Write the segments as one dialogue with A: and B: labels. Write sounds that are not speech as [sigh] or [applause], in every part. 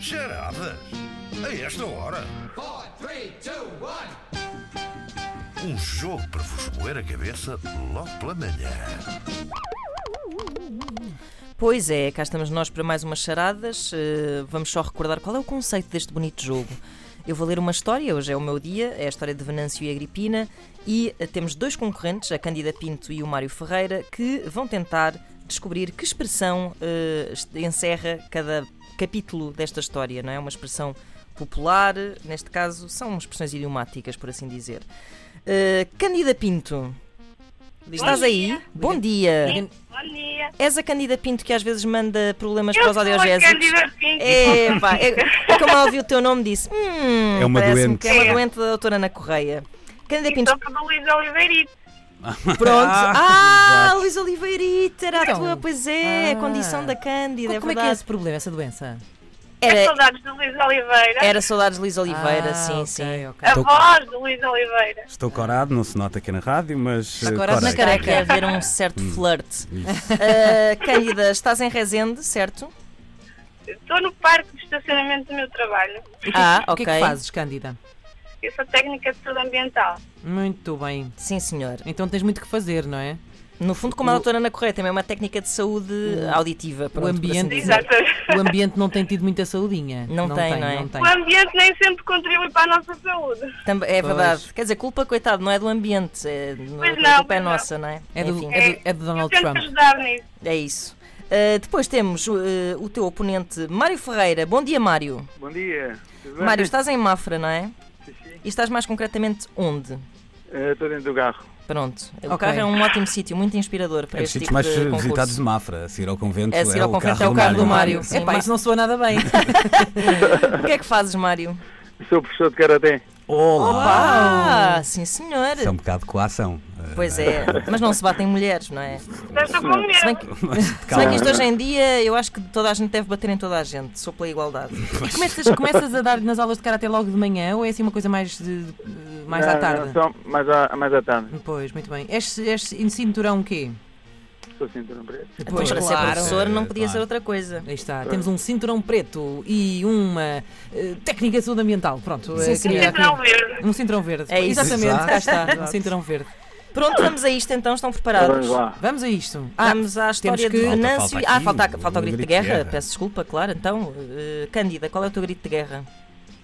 A: Geradas? A esta hora?
B: four, three, two, one.
A: Um jogo para vos moer a cabeça logo pela manhã.
C: Pois é, cá estamos nós para mais umas charadas. Eh, vamos só recordar qual é o conceito deste bonito jogo. Eu vou ler uma história, hoje é o meu dia, é a história de Venâncio e Agripina, e eh, temos dois concorrentes, a Cândida Pinto e o Mário Ferreira, que vão tentar descobrir que expressão eh, est- encerra cada capítulo desta história, não é? Uma expressão popular, neste caso, são expressões idiomáticas, por assim dizer. Eh, Cândida Pinto, estás aí?
D: dia.
C: Bom dia!
D: Bom dia.
C: És a Candida Pinto que às vezes manda problemas
D: Eu
C: para os
D: sou a
C: audiogésicos?
D: Cândida Pinto.
C: É, pá,
D: [laughs]
C: é, como eu ouvi o teu nome disse, hum,
E: É uma
C: parece-me
E: doente.
C: que é uma
D: É. Então.
C: doente da doutora Ana Correia. Candida
D: E
C: Pinto,
D: sou para o Luís Oliveirito.
C: pronto. Ah, Luís Oliveirita, era a
F: Então.
C: tua, pois é, a
F: Ah.
C: condição da Cândida, é
F: Como é que é
C: verdade.
F: esse problema, essa doença?
D: As
C: Era,
D: É saudades do Luís Oliveira.
C: era saudades de Luís Oliveira,
F: Ah,
C: sim,
F: ok,
C: sim.
F: ok.
D: A
E: Tô-
D: voz do Luís Oliveira.
E: Estou corado, não se nota aqui na rádio, mas. eh,
F: corado
E: corei.
F: na
C: Será que haver um certo flirt?
E: Hum, Isso.
C: Ah, Cândida, estás em Resende, certo?
D: Estou no parque de estacionamento do meu trabalho.
C: Ah,
F: O que é que fazes, Cândida?
D: Eu sou técnica de saúde ambiental.
F: Muito bem.
C: Sim, senhor.
F: Então tens muito que fazer, não é?
C: No fundo, como a doutora Ana Correia, também é uma técnica de saúde auditiva. Pronto, por assim
F: ambiente-
C: dizer.
D: Exato.
F: O ambiente não tem tido muita saudinha.
C: [laughs] Não tem, não é?
D: O ambiente nem sempre contribui para a nossa saúde.
C: Também, é
F: Pois.
C: verdade. Quer dizer, culpa, coitado, não é do ambiente. É,
D: não,
C: a culpa é
D: pois não.
C: nossa, não é?
F: É do,
C: Enfim,
F: é do, é do
D: Eu
F: Donald
D: tento
F: Trump.
D: ajudar nisso.
C: é isso. Ah, depois temos ah, o teu oponente, Mário Ferreira. Bom dia, Mário.
G: Bom dia. Tudo bem?
C: Mário, estás em Mafra, não é?
G: Sim, sim.
C: E estás mais concretamente onde?
G: Eh, Estou dentro do carro.
C: Pronto. O
F: Ok.
C: carro é um ótimo sítio, muito inspirador para
E: É dos
C: este
E: sítios
C: tipo
E: mais
C: de concurso. [laughs]
E: visitados de Mafra. A seguir ao convento
C: É, a seguir ao
E: o
C: convento
E: carro
C: é o carro do Mário. Sim,
F: É pá,
C: mas-
F: isso não soa
C: [laughs]
F: nada bem.
C: O que é que fazes, Mário?
G: Sou professor de Karaté.
E: Olá!
C: Ah, sim, senhor.
E: Isso é um bocado de coação. eh,
C: Pois é. Mas não se batem mulheres, não é?
D: Mas estou com
C: Se bem
D: mulher.
C: que,
E: de
C: se bem
E: calma.
C: que isto é- hoje em dia, eu acho que toda a gente deve bater em toda a gente. Sou pela igualdade.
F: Começas, começas a dar nas aulas de karate logo de manhã ou é assim uma coisa mais, de, de- mais à
G: Não,
F: tarde?
G: não, Ah, só mais, à, mais à tarde.
F: Pois, muito bem. És, és em cinturão o quê?
G: Sou cinturão preto.
C: Depois, Então, para ser professor, não podia ser outra coisa.
F: Aí está, temos um cinturão preto e uma eh, técnica de saúde ambiental. Pronto,
C: Sim,
F: eh,
C: sim.
F: queria aqui-
D: Central Verde.
F: Um cinturão verde.
C: É isso.
F: Exatamente,
E: Exato.
F: cá está, um cinturão verde.
C: Pronto, vamos a isto então, estão preparados?
G: Vamos lá.
F: Vamos a isto. Ah,
C: Vamos à história
F: que-
C: de
F: Falta- um
C: Venâncio.
E: falta
C: ah,
E: aqui
C: falta,
E: o-
C: falta o grito de guerra. Peço desculpa, claro. Então, eh, Cândida, qual é o teu grito de guerra?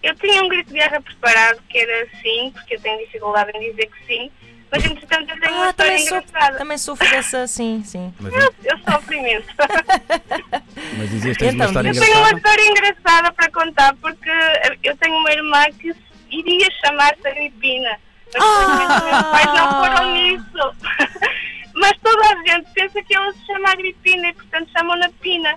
D: Eu tinha um grito de guerra preparado que era sim, porque eu tenho dificuldade em dizer que sim. Mas entretanto eu tenho uma
C: ah,
D: história
C: também, sou,
D: engraçada.
C: também sofro dessa. Sim, sim.
E: Mas,
D: Eu sofro imenso.
C: [laughs]
E: mas dizias que tens uma
C: Então,
E: história
D: Eu tenho uma
E: engraçada.
D: história engraçada para contar, porque eu tenho uma irmã que se- iria chamar-se Agripina. Mas felizmente os meus pais não foram nisso. [laughs] Mas toda a gente pensa que ela se chama Agripina e, portanto, chamam-na [laughs] Pina.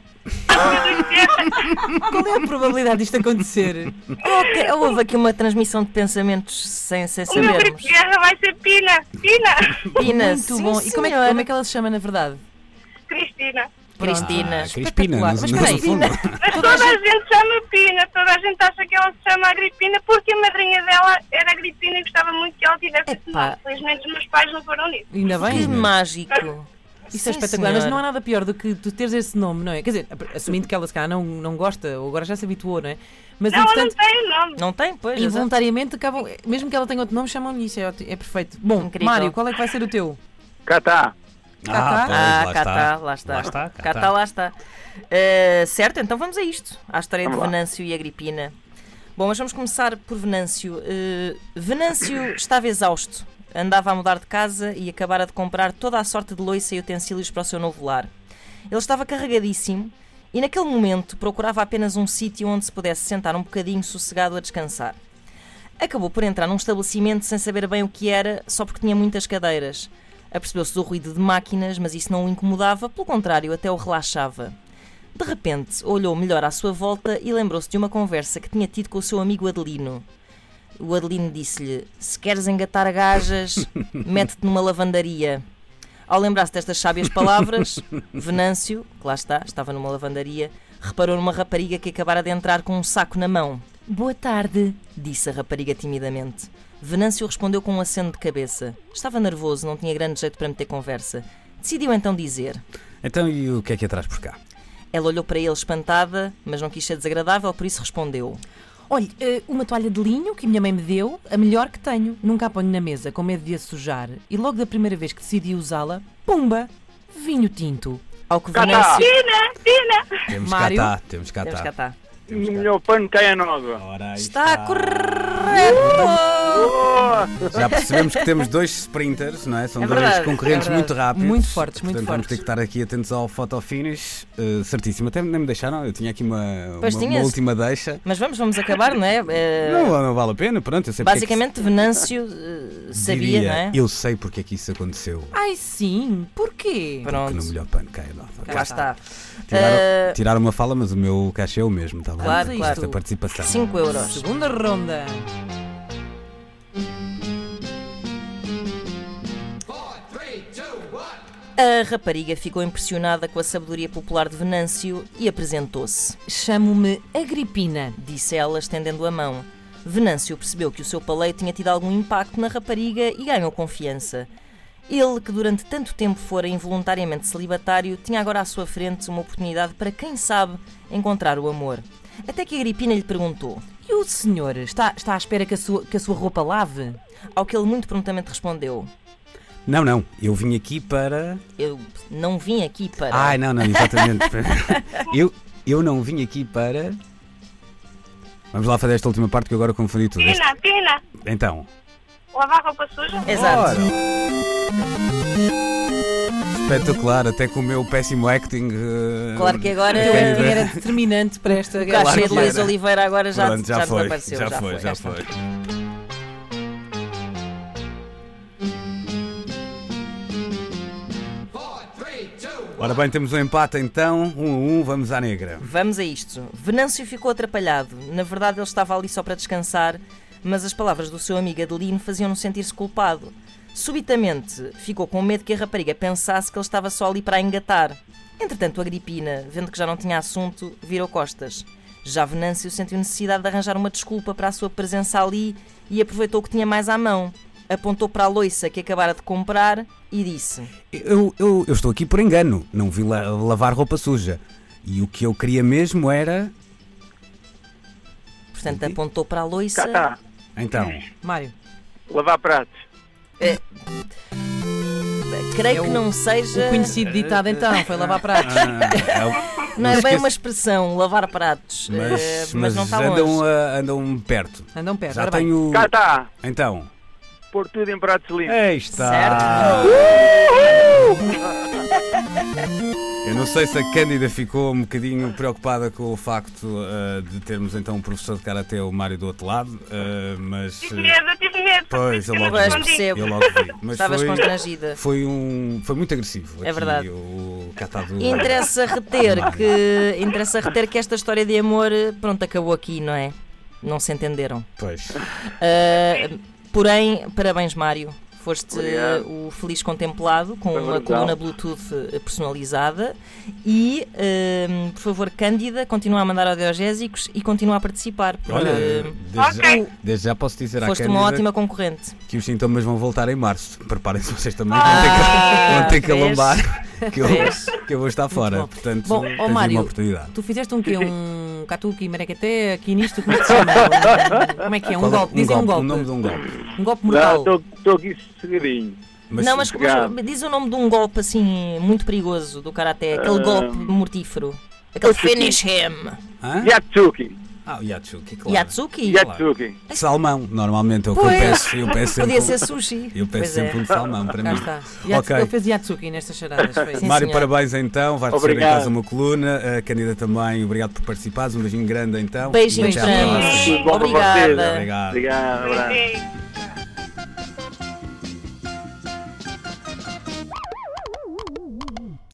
F: qual é a probabilidade disto acontecer?
C: Ok, Houve aqui uma transmissão de pensamentos sem, sem
D: O meu grito
C: sabermos.
D: de guerra vai ser Pina. Pina! [laughs]
C: Pina,
F: Muito
C: sim,
F: bom. E como é, que,
C: senhora.
F: como é que ela se chama, na verdade?
D: Cristina.
C: Cristina.
E: Ah, Crispina, no,
F: Espetacular. Mas espera
E: no
F: aí.
E: [laughs] fundo.
D: Mas toda a gente chama Pina, toda a gente acha que ela se chama Agripina porque a madrinha dela era Agripina e gostava muito que ela tivesse esse
C: Epá.
D: nome. Felizmente os meus pais não foram nisso.
F: Ainda
C: Que
F: bem.
C: mágico.
F: Isso
C: Sim,
F: é espetacular, mas
C: senhora.
F: não há nada pior do que tu teres esse nome, não é? Quer dizer, assumindo que ela se calhar não, não gosta, ou agora já se habituou, não é? Mas
D: Não, ela não
F: entretanto,
D: tem o nome.
C: Não tem, pois. exato.
F: involuntariamente acabam, mesmo que ela tenha outro nome, chamam-lhe isso, é, ótimo, é perfeito. Bom,
C: Incrível.
F: Mário, qual é que vai ser o teu?
G: Catá.
F: Cá tá.
E: pois,
C: Ah,
E: lá
C: cá
E: está.
C: está, lá está.
E: Lá está, cá
C: cá
E: tá.
C: está, lá está. Uh, certo, então vamos a isto. À história de
G: Vamos lá.
C: Venâncio e Agripina. Bom, mas vamos começar por Venâncio. Uh, Venâncio
G: [coughs]
C: estava exausto. Andava a mudar de casa e acabara de comprar toda a sorte de loiça e utensílios para o seu novo lar. Ele estava carregadíssimo e naquele momento procurava apenas um sítio onde se pudesse sentar um bocadinho sossegado a descansar. Acabou por entrar num estabelecimento sem saber bem o que era, só porque tinha muitas cadeiras. Apercebeu-se do ruído de máquinas, mas isso não o incomodava, pelo contrário, até o relaxava. De repente, olhou melhor à sua volta e lembrou-se de uma conversa que tinha tido com o seu amigo Adelino. O Adelino disse-lhe: Se queres engatar gajas, mete-te numa lavandaria. Ao lembrar-se destas sábias
E: [laughs]
C: palavras, Venâncio, que lá está, estava numa lavandaria, reparou numa rapariga que acabara de entrar com um saco na mão. Boa tarde, disse a rapariga timidamente. Venâncio respondeu com um aceno de cabeça. Estava nervoso, não tinha grande jeito para meter conversa. Decidiu então dizer:
E: Então, e o que é que é atrás por cá?
C: Ela olhou para ele espantada, mas não quis ser desagradável, por isso respondeu.
F: Olha, eh, uma toalha de linho que a minha mãe me deu, a melhor que tenho. Nunca a ponho na mesa, com medo de a sujar. E logo da primeira vez que decidi usá-la, pumba, vinho tinto.
C: Ao que
G: Cá
C: Venâncio.
G: está.
D: Pina, Pina!
E: Temos
F: Mário?
E: cá tá, temos cá
C: Temos cá
E: tá.
C: tá.
E: Temos cá.
G: Meu pano cai a nova.
E: Ora, aí
C: Está correto!
G: Oh,
E: Já percebemos que temos dois sprinters, não é? São
C: É
E: dois
C: verdade,
E: concorrentes
C: é verdade.
E: muito rápidos.
F: Muito fortes, muito
E: Portanto, Vamos
F: fortes.
E: ter que estar aqui atentos ao photo finish. Eh, certíssimo. Até nem me deixaram, eu tinha aqui uma, uma,
C: Pois
E: uma
C: tinhas.
E: última deixa.
C: Mas vamos, vamos acabar, não é? Eh,
E: Não, não vale a pena, pronto, eu sei porque é que
C: basicamente, Venâncio eh,
E: se
C: sabia,
E: diria,
C: não é?
E: Eu sei porque é que isso aconteceu.
F: Ai sim, porquê?
E: Porque no
C: Pronto,
E: Um melhor pano cai a nova.
C: cá está. Eh,
E: Tiraram, tiraram uma fala, mas o meu cachê é o mesmo, tá bom?
C: Claro,
E: Com
C: claro.
E: Esta participação.
C: 5 euros.
F: Segunda ronda.
B: Four, three, two, one.
C: A rapariga ficou impressionada com a sabedoria popular de Venâncio e apresentou-se.
F: Chamo-me Agripina.
C: Disse ela, estendendo a mão. Venâncio percebeu que o seu paleio tinha tido algum impacto na rapariga e ganhou confiança. Ele, que durante tanto tempo fora involuntariamente celibatário, tinha agora à sua frente uma oportunidade para, quem sabe, encontrar o amor. Até que Agripina lhe perguntou,
F: E o senhor está, está à espera que a, sua, que a sua roupa lave?
C: ao que ele muito prontamente respondeu:
E: Não, não, eu vim aqui para.
C: Eu não vim aqui para.
E: Ai, não, não, exatamente. [laughs] eu, eu não vim aqui para. Vamos lá fazer esta última parte que eu agora confundi tudo. Este-
D: Pina, Pina!
E: Então.
D: Lavar roupa suja?
C: Exato.
E: Ora. Espetacular, até com o meu péssimo acting. eh,
C: Claro que agora-
E: quem
C: Eh,
E: vê-
F: Era determinante para esta
C: O cachê
E: Claro
C: de
E: que
C: Luís
E: era.
C: Oliveira agora já,
E: Pronto, já, foi,
C: desapareceu.
E: já, foi, já foi.
B: Four, three, two, one.
E: Ora bem, temos um empate então, um a um, vamos à negra.
C: Vamos a isto. Venâncio ficou atrapalhado. Na verdade, ele estava ali só para descansar, mas as palavras do seu amigo Adelino faziam-no sentir-se culpado. Subitamente, ficou com medo que a rapariga pensasse que ele estava só ali para a engatar. Entretanto, Agripina, vendo que já não tinha assunto, virou costas. Já Venâncio sentiu necessidade de arranjar uma desculpa para a sua presença ali e aproveitou o que tinha mais à mão. Apontou para a loiça que acabara de comprar e disse:
E: Eu, eu, eu estou aqui por engano, não vim la- lavar roupa suja. E o que eu queria mesmo era.
C: Portanto, apontou para a
G: cá
C: loiça.
G: está.
E: Então,
F: Mário,
G: Lavar pratos.
C: Creio
F: É
C: que
F: o-
C: não
F: o
C: seja.
F: conhecido ditado então foi lavar
E: [laughs]
F: pratos.
E: ah,
C: [laughs] Não é bem
E: esquece-
C: uma expressão, lavar pratos. eh,
E: Mas,
C: Mas,
E: mas
C: não está longe. É
E: andam, ah, andam perto.
F: Andam perto,
E: Já
F: ora Então, bem.
E: tenho.
G: Cá está.
E: Então.
G: Pôr tudo em pratos limpos.
F: É,
E: Aí está.
C: Certo.
E: Eu não sei se a Cândida ficou um bocadinho preocupada com o facto ah, de termos então um professor de karatê, o Mário, do outro lado, ah, mas.
D: Tive
E: ah,
D: medo, eu tive medo.
E: Pois, eu
D: eu
E: logo
D: não
C: Pois,
D: respondi.
C: percebo.
E: vi. Eu logo vi. Mas
C: Estavas
E: foi,
C: constrangida.
E: foi, um, foi muito agressivo.
C: É
E: aqui
C: verdade.
E: O catado.
C: Interessa reter que interessa reter que esta história de amor eh, pronto acabou aqui, não é? Não se entenderam.
E: Pois.
C: Ah, porém, parabéns Mário. Foste eh,
G: Obrigado.
C: o feliz contemplado com
G: Foi
C: uma
G: brutal.
C: coluna Bluetooth eh, personalizada e, eh, por favor, Cândida, continua a mandar audiogésicos e continua a participar. porque,
E: Olha,
C: eh,
E: desde,
D: Ok.
E: já, desde já posso dizer à
C: foste
E: Cândida
C: uma ótima concorrente.
E: que os sintomas vão voltar em março. Preparem-se vocês também,
C: Ah,
E: vão ter que, vão ter que
C: vês? [laughs]
E: alombar que eu,
C: Vês?
E: que eu vou estar fora.
F: bom.
E: Portanto,
F: Bom, ó
E: tens aí
F: Mário,
E: uma oportunidade.
F: Tu fizeste um quê? Um catuqui, maracaté, aqui nisto, como é que se chama? Um- Como é que é? Um
E: Qual é-
F: golpe, dizem um
E: O
F: golpe.
E: nome de um golpe.
F: Um golpe
G: Já
F: mortal.
G: estou aqui sossegadinho.
C: não, mas,
G: Obrigado.
C: mas diz o nome de um golpe assim muito perigoso do karaté, aquele
G: Ah.
C: golpe mortífero. Aquele finish him.
E: Hã?
G: Yatsuki.
E: Ah, o Yatsuki, claro.
C: Yatsuki?
G: Yatsuki.
E: Salmão, normalmente é o que eu
C: Pois.
E: peço. Eu peço sempre,
C: Podia ser
E: um-
C: sushi.
E: eu peço
C: Pois
E: sempre
C: é.
E: um de salmão para
F: Cá
E: mim.
F: está. Yatsuki,
E: Ok.
F: Ele fez Yatsuki nestas charadas. Foi isso.
C: Sim,
E: Mário,
C: senhor.
E: parabéns então. Vais receber em
G: Obrigado.
E: casa uma coluna. A Candida também, obrigado por participares. Um beijinho grande então.
C: Beijinhos
E: E até à
C: grandes.
E: próxima.
G: Igual para vocês.
C: Obrigada.
E: Obrigado.
G: Obrigado. abraço.
D: Beijinho.